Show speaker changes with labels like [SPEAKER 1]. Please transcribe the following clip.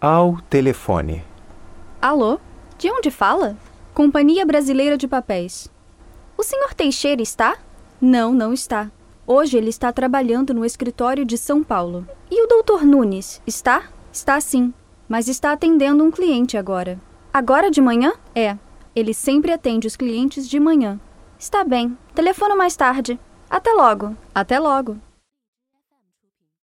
[SPEAKER 1] Ao telefone.
[SPEAKER 2] Alô? De onde fala? Companhia Brasileira de Papéis. O senhor Teixeira está? Não, não está. Hoje ele está trabalhando no escritório de São Paulo. E o doutor Nunes, está? Está sim, mas está atendendo um cliente agora. Agora de manhã? É. Ele sempre atende os clientes de manhã. Está bem. Telefono mais tarde. Até logo. Até logo.